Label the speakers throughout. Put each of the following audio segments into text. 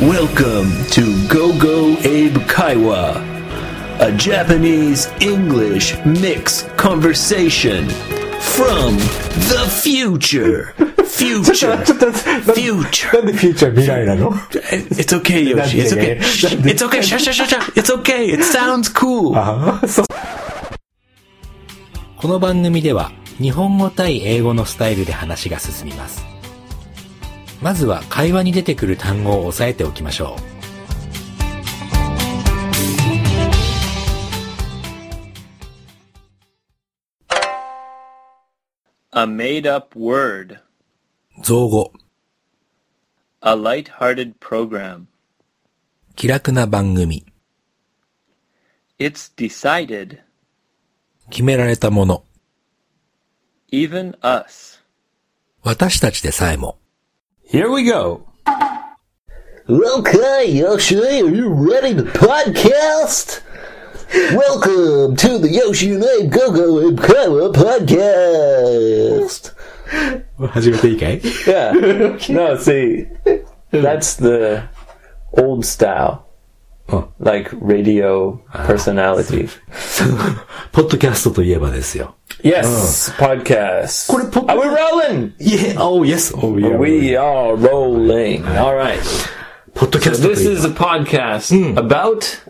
Speaker 1: Welcome to Go Go Abe Kaiwa, a Japanese English mix conversation from the future.
Speaker 2: ちょっ
Speaker 1: Future.
Speaker 2: と待って、ちょっと
Speaker 1: Future.
Speaker 2: なんでなんでフューチャー未来なの
Speaker 1: It's okay, Yoshi. It's okay. Shh, It's okay. Shh, shh, shh, shh. It's okay. It sounds cool.
Speaker 2: ああ、そう。
Speaker 3: この番組では日本語対英語のスタイルで話が進みます。まずは会話に出てくる単語を押さえておきましょ
Speaker 4: A made up word.
Speaker 3: う。造語、
Speaker 4: A light-hearted program.
Speaker 3: 気楽な番組、
Speaker 4: It's decided.
Speaker 3: 決められたもの、
Speaker 4: Even us.
Speaker 3: 私たちでさえも。
Speaker 2: Here we go!
Speaker 5: Okay, Yoshi, are you ready to podcast? Welcome to the Yoshi and Abe Gogo and Kaiwa podcast.
Speaker 2: 始めていいかい
Speaker 6: Yeah. No, see, that's the old style,
Speaker 2: Oh.
Speaker 6: like radio personality.
Speaker 3: ポッドキャストといえばですよ。
Speaker 6: Yes, Oh, podcast.
Speaker 2: Could it put-
Speaker 6: Are we rolling?
Speaker 2: Yeah, oh yes, oh yeah.
Speaker 6: We are rolling. All right.
Speaker 3: ポッドキャストと
Speaker 6: This
Speaker 3: いえ
Speaker 6: is
Speaker 3: ば。
Speaker 6: a podcast about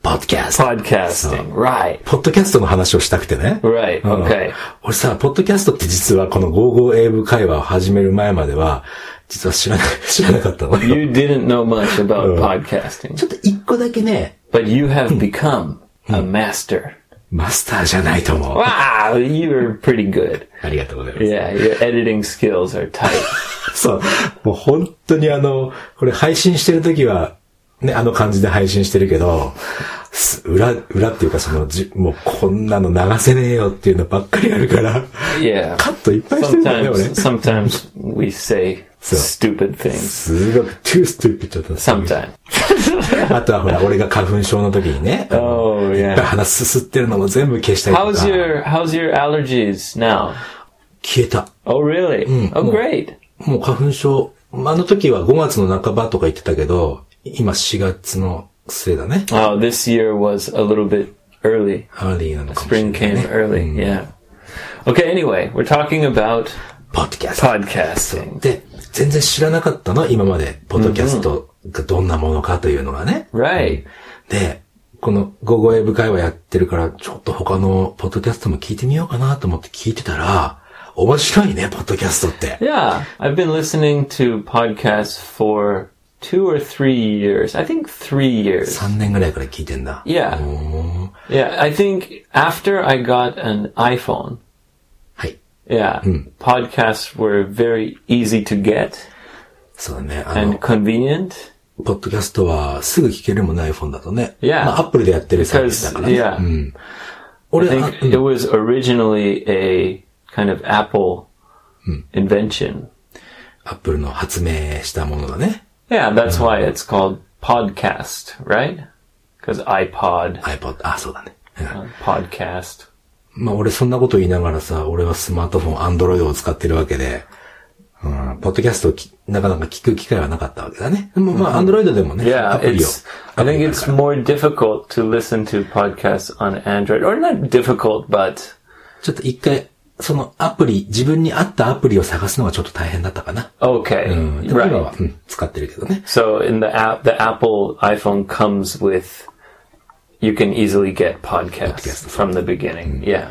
Speaker 3: ポッドキャスト。
Speaker 6: podcasting. Right.
Speaker 3: ポッドキャストの話をしたくてね。
Speaker 6: Right.
Speaker 3: うん
Speaker 6: Okay.
Speaker 3: 俺さ、ポッドキャストって実はこの55英語会話を始める前までは、実は知らない、 知らなかったのよ。
Speaker 6: You didn't know much about
Speaker 3: Oh.
Speaker 6: podcasting,
Speaker 3: ちょっと一個だけね、
Speaker 6: but you have become a master.
Speaker 3: マスターじゃないと思う。
Speaker 6: Wow, you're pretty good.
Speaker 3: ありがとうございます。
Speaker 6: Yeah, your editing skills are tight.
Speaker 3: そう。もう本当にあの、これ配信してる時は、ね、あの感じで配信してるけど、す裏、裏っていうかその、じもうこんなの流せねえよっていうのばっかりあるから、
Speaker 6: Yeah.
Speaker 3: カットいっぱいしてるんだよね、俺
Speaker 6: Sometimes, sometimes we say
Speaker 3: So-
Speaker 6: stupid things.
Speaker 3: すごく too stupid だったんですよ
Speaker 6: Sometimes.
Speaker 3: あとはほら、俺が花粉症の時に ね、
Speaker 6: Oh
Speaker 3: いっぱい
Speaker 6: yeah.
Speaker 3: 鼻すすってるのも全部消したりとか。
Speaker 6: How's your How's your allergies now?
Speaker 3: 消えた。
Speaker 6: Oh really? Oh great.
Speaker 3: もう花粉症、まああの時は5月の半ばとか言ってたけど、今4月の末だね。
Speaker 6: Oh, this year was a little bit early.
Speaker 3: アーリーなのかもしれない
Speaker 6: Spring
Speaker 3: ね。
Speaker 6: came early. Yeah. Okay. Anyway, we're talking about
Speaker 3: ポッドキャスト。
Speaker 6: podcasting.
Speaker 3: で、全然知らなかったの、今まで、ポッドキャストがどんなものかというのがね。
Speaker 6: Right.
Speaker 3: で、この、ゴゴエブ会話やってるから、ちょっと他のポッドキャストも聞いてみようかなと思って聞いてたら、面白いね、ポッドキャストって。
Speaker 6: Yeah, I've been listening to podcasts for two or three years. I think three years.
Speaker 3: 3年ぐらいから聞いてんだ。
Speaker 6: Yeah.
Speaker 3: おー
Speaker 6: Yeah, I think after I got an iPhone,
Speaker 3: はい。
Speaker 6: yeah, podcasts were very easy to get
Speaker 3: そうだね。あ
Speaker 6: and
Speaker 3: の、
Speaker 6: convenient
Speaker 3: ポッドキャストはすぐ聞けるもんね、iPhone だとね。
Speaker 6: Yeah.
Speaker 3: まあ、Apple でやってるサービス
Speaker 6: because
Speaker 3: だからね。
Speaker 6: yeah,
Speaker 3: 俺、
Speaker 6: I
Speaker 3: あ
Speaker 6: think it was originally a kind of Apple invention.
Speaker 3: Apple の発明したものだね。
Speaker 6: Yeah, that's why it's called podcast, right? Because iPod,
Speaker 3: iPod、あ、そうだね。うん
Speaker 6: uh, podcast.
Speaker 3: まあ俺そんなこと言いながらさ、俺はスマートフォン、Android を使ってるわけで、うん、ポッドキャストをきなかなか聞く機会はなかったわけだね。でもまあ、アンドロイドでもね、
Speaker 6: Yeah,
Speaker 3: アプリを
Speaker 6: it's. I think it's more difficult to listen to podcasts on Android, or not difficult, but
Speaker 3: ちょっと一回、そのアプリ、自分に合ったアプリを探すのがちょっと大変だったかな。
Speaker 6: okay,
Speaker 3: うん、でも今
Speaker 6: right.
Speaker 3: は、うん、使ってるけどね。
Speaker 6: So in the app, the Apple iPhone comes with. You can easily get podcasts Mm.
Speaker 3: Podcasts.
Speaker 6: from the beginning. Yeah.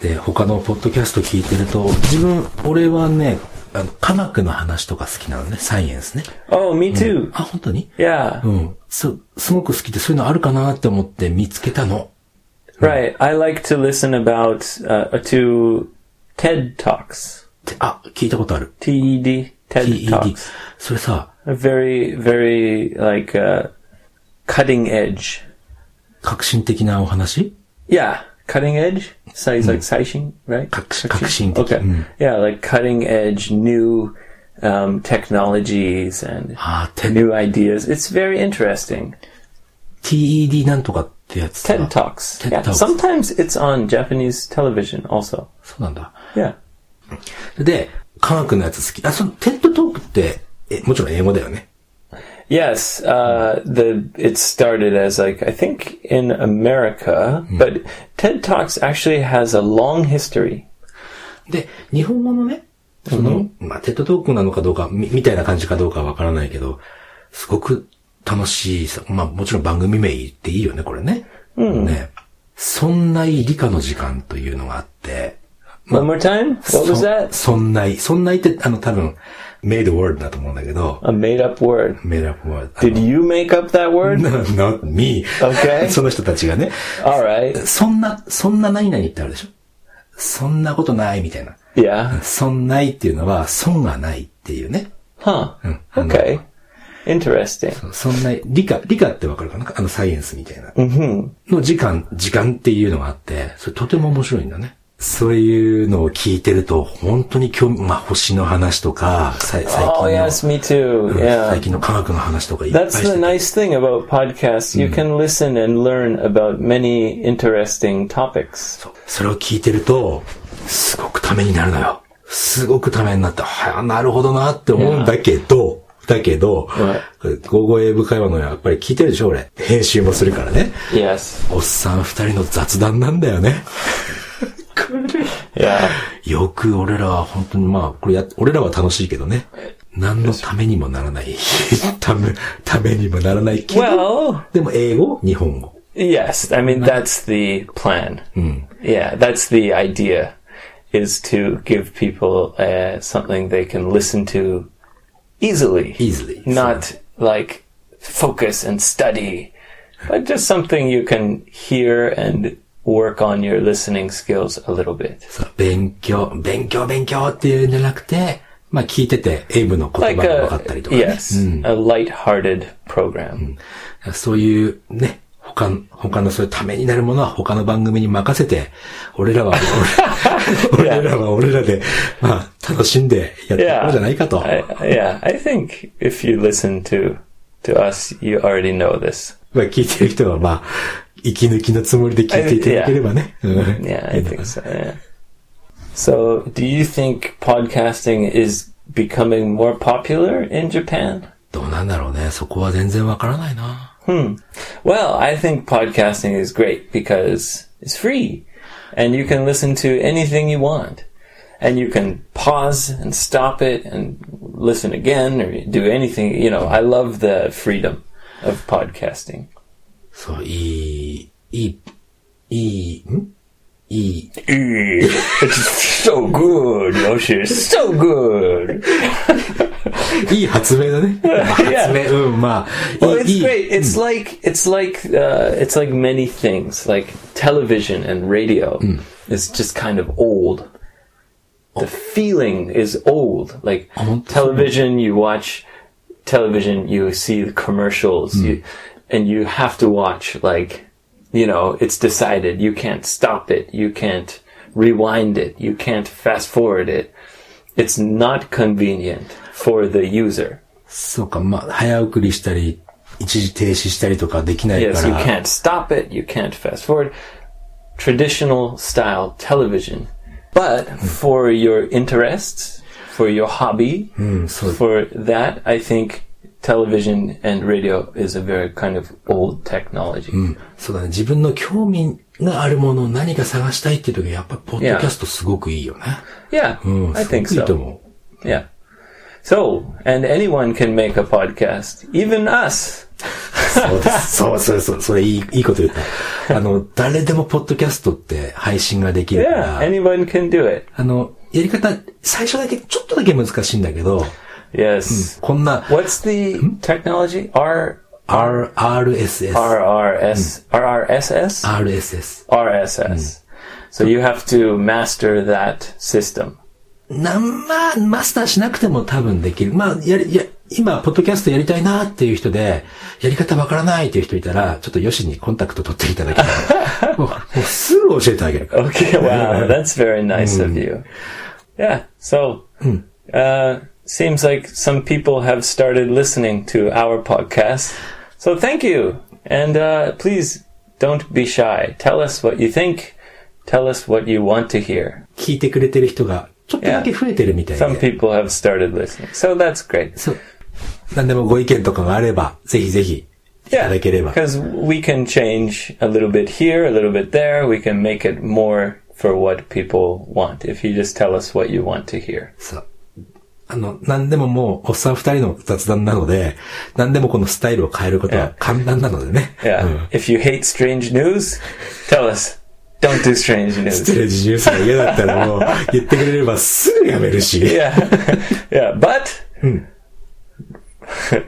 Speaker 3: で、他のポッドキャスト聞いてると、自分、俺はね、あの、科学の話とか好きなのね、サイエンスね。
Speaker 6: Oh, me too.
Speaker 3: あ、本当に
Speaker 6: Yeah.
Speaker 3: うん。す、すごく好きで、そういうのあるかなって思って見つけたの。
Speaker 6: Right. I like to listen about uh, to TED
Speaker 3: っ
Speaker 6: Talks.
Speaker 3: てあ、聞いたことある。
Speaker 6: T E D TED
Speaker 3: TED
Speaker 6: Talks.。
Speaker 3: それさ、
Speaker 6: Very, very like uh, cutting edge.
Speaker 3: 革新的なお話
Speaker 6: Yeah, cutting edge. So he's like Saishin, right?
Speaker 3: 革新革新的。
Speaker 6: Okay.
Speaker 3: うん、
Speaker 6: Yeah, like cutting edge, new um, technologies and
Speaker 3: あー TED
Speaker 6: new ideas. It's very interesting.
Speaker 3: TED なんとかってやつさ
Speaker 6: TED Talks.
Speaker 3: TED
Speaker 6: yeah.
Speaker 3: Talks.
Speaker 6: Sometimes it's on Japanese television also.
Speaker 3: そうなんだ。
Speaker 6: Yeah.
Speaker 3: で、科学のやつ好き。あ、その TED トークって、え、もちろん英語だよね。
Speaker 6: Yes, uh, the it started as like I think in America,
Speaker 3: Hmm.
Speaker 6: but TED Talks actually has a long history.
Speaker 3: で、日本語のね、その、まあ、テッドトークなのかどうか、み、みたいな感じかどうかわからないけど、すごく楽しいさ、まあ、もちろん番組名言っていいよね、これね。うん。ね。そんない理科の時間というのがあって、
Speaker 6: One more time, what
Speaker 3: そ
Speaker 6: was that?
Speaker 3: そんない、そんないって、あの、多分、made word だと思うんだけど、
Speaker 6: A made up word.
Speaker 3: made up word.
Speaker 6: Did you make up that word?
Speaker 3: not me.
Speaker 6: Okay.
Speaker 3: その人たちがね、
Speaker 6: All right.
Speaker 3: そんな、そんな何々ってあるでしょそんなことないみたいな。
Speaker 6: Yeah.
Speaker 3: 損ないっていうのは、損がないっていうね。
Speaker 6: Huh.
Speaker 3: Mm.
Speaker 6: Okay. Interesting.
Speaker 3: 損ない、理科、理科ってわかるかなあのサイエンスみたいな。の時間、時間っていうのがあって、それとても面白いんだね。そういうのを聞いてると、本当に興味、まあ、星の話とか、さい最近
Speaker 6: Oh
Speaker 3: の、
Speaker 6: yes, me too.
Speaker 3: うん最
Speaker 6: Yeah.
Speaker 3: 近の科学の話とかいっぱい
Speaker 6: That's
Speaker 3: して
Speaker 6: the
Speaker 3: て
Speaker 6: nice thing about podcasts. You can listen and learn about many interesting topics.
Speaker 3: それを聞いてると、すごくためになるのよ。すごくためになって、はあ、なるほどなって思うんだけど、だけど、ゴーゴー英語会話のやっぱり聞いてるでしょ、俺。編集もするからね。
Speaker 6: Yes.
Speaker 3: おっさん二人の雑談なんだよね。
Speaker 6: Yeah.
Speaker 3: よく俺らは本当にまあ、これや、俺らは楽しいけどね。何のためにもならない。 ため、ためにもならないけど。
Speaker 6: Well,
Speaker 3: でも英語、日本語。
Speaker 6: yes. I mean, that's the plan. Yeah, that's the idea is to give people uh, something they can listen to easily.
Speaker 3: easily.
Speaker 6: Not like focus and study, but just something you can hear and work on your listening skills a little bit.
Speaker 3: そう勉強、勉強、勉強っていうんじゃなくて、まあ聞いてて、英語の言
Speaker 6: Like
Speaker 3: 葉が分かったり
Speaker 6: a Mm.
Speaker 3: とか、ね
Speaker 6: yes, a light-hearted program.
Speaker 3: そういうね、他の、他のそういうためになるものは他の番組に任せて、俺らは、俺 俺らは俺らで、まあ楽しんでやっていこ
Speaker 6: Yeah,
Speaker 3: うじゃないかと。
Speaker 6: I, yeah. I think if you listen to to us, you already know this.
Speaker 3: まあ聞いてる人はまあ、息抜きのつもりで聞いていただければね。うん
Speaker 6: Yeah, I think so. Yeah. So, do you think podcasting is becoming more popular in Japan?
Speaker 3: どうなんだろうね。そこは全然わからないな。
Speaker 6: Hmm. Well, I think podcasting is great because it's free and you can listen to anything you want. And you can pause and stop it and listen again or do anything. You know, I love the freedom of podcasting.
Speaker 3: そう、いい、いい、いい、んいい、
Speaker 6: It's so good, Yoshi. It's so good.
Speaker 3: いい発明だね。発明、うん、まあ、
Speaker 6: Well,
Speaker 3: い
Speaker 6: it's
Speaker 3: い、いい
Speaker 6: great. It's like it's like uh, it's like many things, like television and radio. is just kind of old. The feeling is old. Like
Speaker 3: want to-
Speaker 6: television, you watch television, you see the commercials, you, and you have to watch. Like you know, it's decided. You can't stop it. You can't rewind it. You can't fast forward it. It's not convenient for the user.
Speaker 3: そうか、まあ、早送りしたり、一時停止したりとかできないか
Speaker 6: Yes, you
Speaker 3: ら、
Speaker 6: can't stop it. You can't fast forward. Traditional style television. But for your interests, for your hobby,
Speaker 3: うん、そう、
Speaker 6: for that, I think television and radio is a very kind of old technology.
Speaker 3: そうだね。自分の興味があるものを何か探したいっていう時は、やっぱ、ポッドキャストすごくいいよね。
Speaker 6: Yeah,
Speaker 3: うん、
Speaker 6: I
Speaker 3: すご
Speaker 6: think
Speaker 3: くいいと
Speaker 6: Oh, so.
Speaker 3: 思う。
Speaker 6: Yeah. So, and anyone can make a podcast, even us.
Speaker 3: そうです。そうそうそう。それいい、いいこと言った。あの、誰でもポッドキャストって配信ができるか
Speaker 6: Yeah,
Speaker 3: ら、
Speaker 6: anyone can do it.
Speaker 3: あの、やり方、最初だけ、ちょっとだけ難しいんだけど、
Speaker 6: Yes.
Speaker 3: こんな、
Speaker 6: What's the technology? R
Speaker 3: R、RSS。
Speaker 6: RRS RRSS
Speaker 3: RSS。
Speaker 6: RSS. So you have to master that system.
Speaker 3: なん、まあ、マスターしなくても多分できる。まあ、やり、や、今、ポッドキャストやりたいなっていう人で、やり方わからないっていう人いたら、ちょっとヨシにコンタクト取っていただけた ら、もう、もうすぐ教えてあげるから。
Speaker 6: Okay, wow, that's very nice of you. Yeah, so uh, seems like some people have started listening to our podcast. So thank you, and uh, please don't be shy. Tell us what you think. Tell us what you want to hear.
Speaker 3: 聞いてくれてる人が、ちょっとだけ増えてるみたいで。
Speaker 6: Some people have started listening, so that's great.
Speaker 3: そう。何でもご意見とかがあれば、ぜひぜひ、いた
Speaker 7: Yeah,
Speaker 3: だければ。
Speaker 7: because we can change a little bit here, a little bit there. We can make it more for what people want if you just tell us what you want to hear.
Speaker 3: そうあの、何でももう、おっさん二人の雑談なので、何でもこのスタイルを変えることは簡単なのでね。
Speaker 7: Yeah. If you hate strange news, tell us. Don't do strange
Speaker 3: テ
Speaker 7: news.
Speaker 3: レジニュースが嫌だったらもう、言ってくれればすぐやめるし。
Speaker 7: Yeah. yeah. But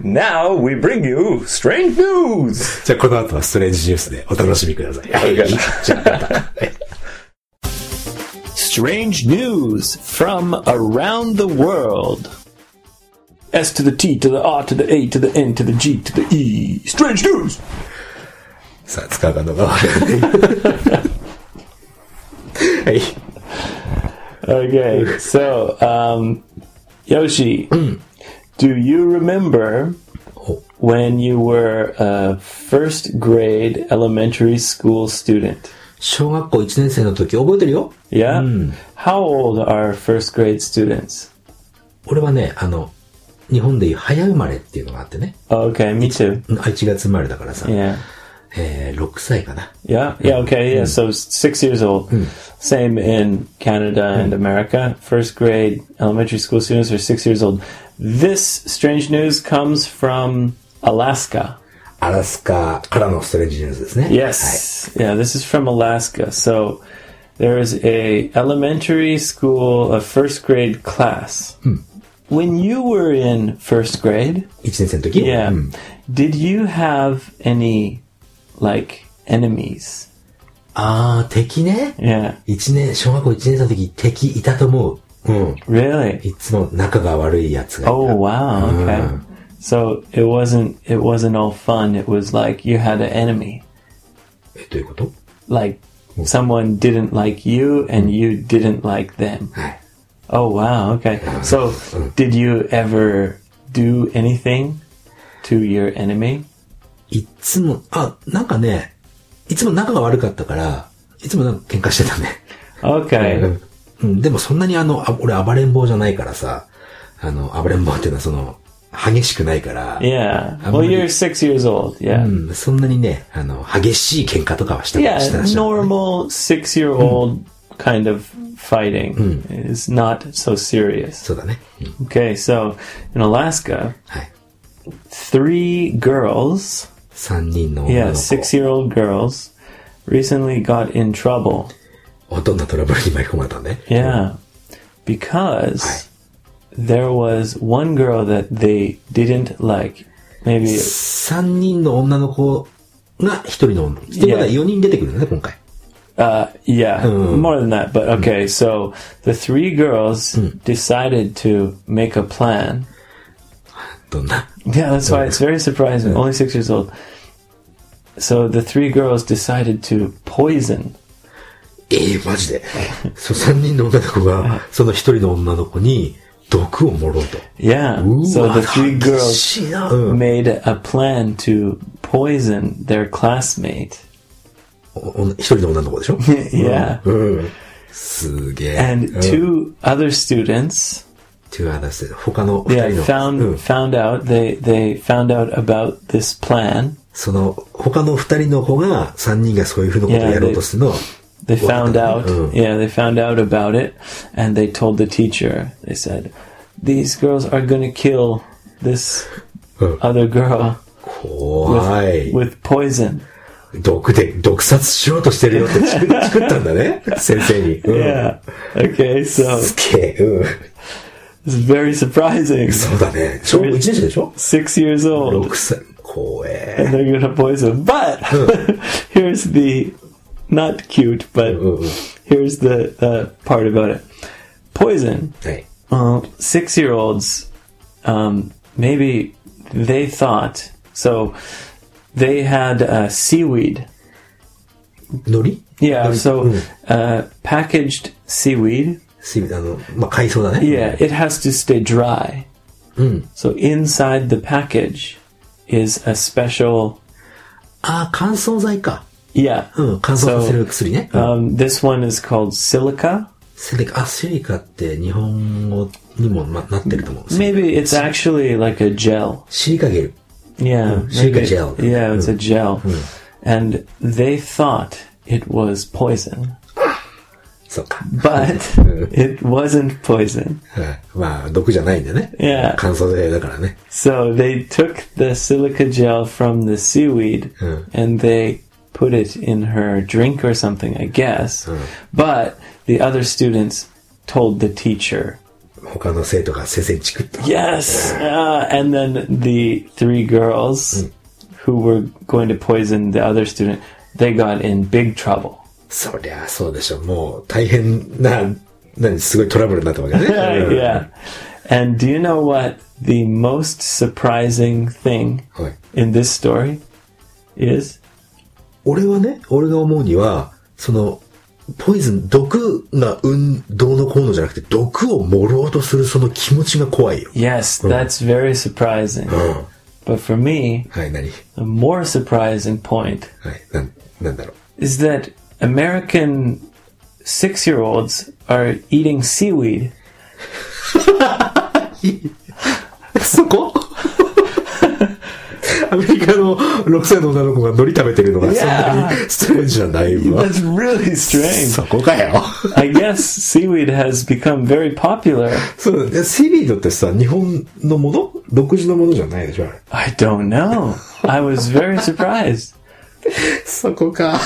Speaker 7: now we bring you strange news.
Speaker 3: じゃあこの後はストレンジニュースでお楽しみください。はい。じゃあまた
Speaker 6: Strange news from around the world. S to the T to the R to the A to the N to the G to the E. Strange news!
Speaker 3: さあ、使うかどうかわからない。はい。
Speaker 6: Okay, so, um, Yoshi, do you remember when you were a first grade elementary school student?
Speaker 3: 小学校1年生の時覚えてるよ
Speaker 6: Yeah? How old are first grade students?
Speaker 3: 俺はね、あの、日本でいう早生まれっていうのがあってね。
Speaker 6: Okay, me too.
Speaker 3: あ1月生まれだからさ、
Speaker 6: Yeah.
Speaker 3: えー6歳かな。
Speaker 6: Yeah, yeah, okay, yeah. So six years old. Same in Canada and America. First grade elementary school students are six years old. This strange news comes from Alaska.
Speaker 3: アラスカからのストレンジニュースですね。
Speaker 6: Yes, yeah, this is from Alaska. So there is a elementary school, a first grade class. When you were in first grade,
Speaker 3: はい。1年生の時
Speaker 6: yeah,
Speaker 3: うん
Speaker 6: did you have any like enemies?
Speaker 3: あー、敵ね。
Speaker 6: Yeah,
Speaker 3: 1年、小学校1年生の時敵いたと思う。うん。
Speaker 6: really?
Speaker 3: いつも仲が悪いやつがいた。
Speaker 6: Oh wow! Okay, so it wasn't it wasn't all fun. It was like you had an enemy,
Speaker 3: え、どういうこと
Speaker 6: like someone didn't like you and you didn't like them.
Speaker 3: はい。
Speaker 6: Oh wow! Okay, so did you ever do anything to your enemy?
Speaker 3: いつも、あ、なんかね、いつも仲が悪かったから、いつもなんか喧嘩してたね。
Speaker 6: Okay,
Speaker 3: うん、でもそんなにあの、あ俺暴れん坊じゃないからさ、あの、暴れん坊っていうのはその、激しくないから、
Speaker 6: yeah.
Speaker 3: I'm
Speaker 6: Well,
Speaker 3: really-
Speaker 6: you're six years old. Yeah,
Speaker 3: うん、そんなにね、あの、激しい喧嘩とかはしたし
Speaker 6: yeah.
Speaker 3: たし
Speaker 6: Normal six-year-old kind of fighting is not so serious.
Speaker 3: そうだね。うん、
Speaker 6: Okay, so in Alaska,
Speaker 3: はい。
Speaker 6: three girls,
Speaker 3: 三人の女
Speaker 6: yeah,
Speaker 3: の子。
Speaker 6: six year old girls, recently got in trouble.
Speaker 3: ほとんどトラブルに巻き込まれたね。
Speaker 6: Yeah, because there was one girl that they didn't like. Maybe,
Speaker 3: 三人の女の子が一人の女の子。ってことは四人出てくるのね、今回。
Speaker 6: uh, yeah, more than that, but okay, so the three girls decided to make a plan.
Speaker 3: どんな
Speaker 6: Yeah, that's why it's very surprising. Only six years old. So the three girls decided to poison
Speaker 3: ええマジで。そう、三人の女の子が、その一人の女の子に毒を盛ろうと。
Speaker 6: Yeah.
Speaker 3: う
Speaker 6: so
Speaker 3: わ
Speaker 6: the three
Speaker 3: 激
Speaker 6: girls
Speaker 3: しいなうん
Speaker 6: made a plan to poison their classmate.
Speaker 3: お女一人の女の子でしょ
Speaker 6: Yeah.
Speaker 3: うん。すげえ。
Speaker 6: And
Speaker 3: うん
Speaker 6: two other students
Speaker 3: two others 他の二
Speaker 6: yeah,
Speaker 3: 人の。
Speaker 6: found
Speaker 3: うん
Speaker 6: found out they they found out about this plan.
Speaker 3: その、他の二人の子が、三人がそういうふうなことを
Speaker 6: Yeah,
Speaker 3: やろうとするのを
Speaker 6: They found out.
Speaker 3: Mm.
Speaker 6: Yeah, they found out about it and they told the teacher. They said, "These girls are going to kill this
Speaker 3: Mm.
Speaker 6: other girl
Speaker 3: 怖い。
Speaker 6: with poison."
Speaker 3: 毒で、毒殺しようとしてるよって チクチクったんだね。先生に。うん
Speaker 6: Yeah. Okay, so
Speaker 3: すげえ。うん。
Speaker 6: it's very surprising.
Speaker 3: そうだね。小学校一年生でしょ
Speaker 6: Six years old.
Speaker 3: 六歳。怖え。
Speaker 6: and they're gonna poison. But here's the not cute, but here's the uh, part about it. Poison.
Speaker 3: はい。
Speaker 6: Uh, six year olds, um, maybe they thought so. They had uh, seaweed.
Speaker 3: 海苔
Speaker 6: Yeah, so uh, packaged seaweed.
Speaker 3: すいあの、まあ、海藻だね。
Speaker 6: Yeah, it has to stay dry.
Speaker 3: Mm.
Speaker 6: So inside the package is a special.
Speaker 3: ああ、乾燥剤か。
Speaker 6: Yeah.
Speaker 3: Oh, うん、乾燥させる薬ね。うん
Speaker 6: Um, this one is called silica.
Speaker 3: セリカ、あ、セリカって日本語にもななってると思う。
Speaker 6: Maybe it's actually like a gel.
Speaker 3: シリカゲル。
Speaker 6: Yeah.
Speaker 3: so you
Speaker 6: maybe-
Speaker 3: could gel.
Speaker 6: Yeah, it's a gel. And they thought it was poison,
Speaker 3: そうか。
Speaker 6: but it wasn't poison.
Speaker 3: うんまあ、毒じゃないんだね。
Speaker 6: Yeah.
Speaker 3: 乾燥剤だからね。
Speaker 6: So they took the silica gel from the seaweed
Speaker 3: Mm.
Speaker 6: and they put it in her drink or something, I guess. But the other students told the teacher.
Speaker 3: 他の生徒が先生にチクッと。
Speaker 6: Yes! Uh, and then the three girls who were going to poison the other student, they got in big trouble.
Speaker 3: そりゃそうでしょ。もう大変な、何、すごいトラブルになったわけね。 うん
Speaker 6: yeah. And do you know what the most surprising thing
Speaker 3: はい。
Speaker 6: in this story is?
Speaker 3: 俺はね、俺が思うには、その、ポイズン、毒が運動のこうのじゃなくて、毒を盛ろうとするその気持ちが怖いよ。
Speaker 6: Yes, that's very surprising.
Speaker 3: うん。
Speaker 6: But for me,
Speaker 3: はい、何は
Speaker 6: a more surprising point
Speaker 3: い、なん、なんだろ
Speaker 6: is that American six year olds are eating seaweed.
Speaker 3: う。 そこアメリカの6歳の女の子が海苔食べてるのがそんなにストレージなんだ、今。
Speaker 6: That's really strange.
Speaker 3: そこかよ。
Speaker 6: I guess seaweed has become very popular.
Speaker 3: そう、でセビードってさ、日本のもの独自のものじゃないでしょ、あれ。
Speaker 6: I don't know. I was very surprised
Speaker 3: そこか。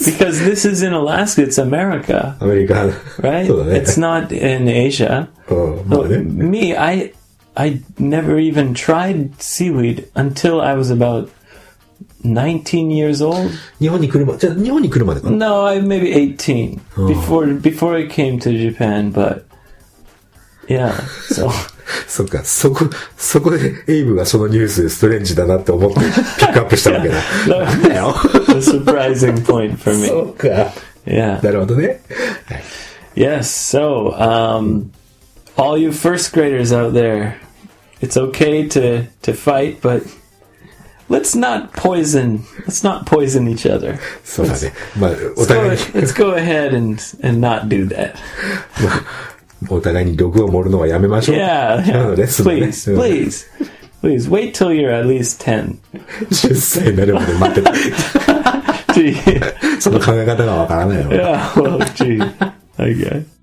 Speaker 6: because this is in Alaska, it's America,
Speaker 3: アメリカ。
Speaker 6: right?
Speaker 3: そうだね。
Speaker 6: It's not in Asia.
Speaker 3: うん、ま
Speaker 6: Well,
Speaker 3: あね。
Speaker 6: me, I I never even tried seaweed until I was about 19 years old.
Speaker 3: 日本に来るま、じゃあ日本に来るまでかな
Speaker 6: No, I maybe 18 before before I came to Japan, but yeah. So
Speaker 3: そっか、そこ、そこでエイブがそのニュースストレンジだなって思ってピックアップしたわけだ。なんだよ。
Speaker 6: a surprising point for me.
Speaker 3: そうか。
Speaker 6: Yeah.
Speaker 3: なるほどね。
Speaker 6: Yes. So, um, all you first graders out there, it's okay to to fight, but let's not poison. Let's not poison each other.
Speaker 3: そうだね。まあ、お
Speaker 6: Let's
Speaker 3: 互い
Speaker 6: go, let's go ahead and and not do that.
Speaker 3: に、お互いに毒を盛るのはやめましょう。
Speaker 6: Yeah.
Speaker 3: なの
Speaker 6: yeah.
Speaker 3: で、そのね
Speaker 6: Please,
Speaker 3: うん
Speaker 6: please, please wait till you're at least ten.
Speaker 3: 10歳になるまで待ってた。
Speaker 6: Gee. Oh,
Speaker 3: その考え方がわからないよ。
Speaker 6: Yeah. Well, gee. Okay.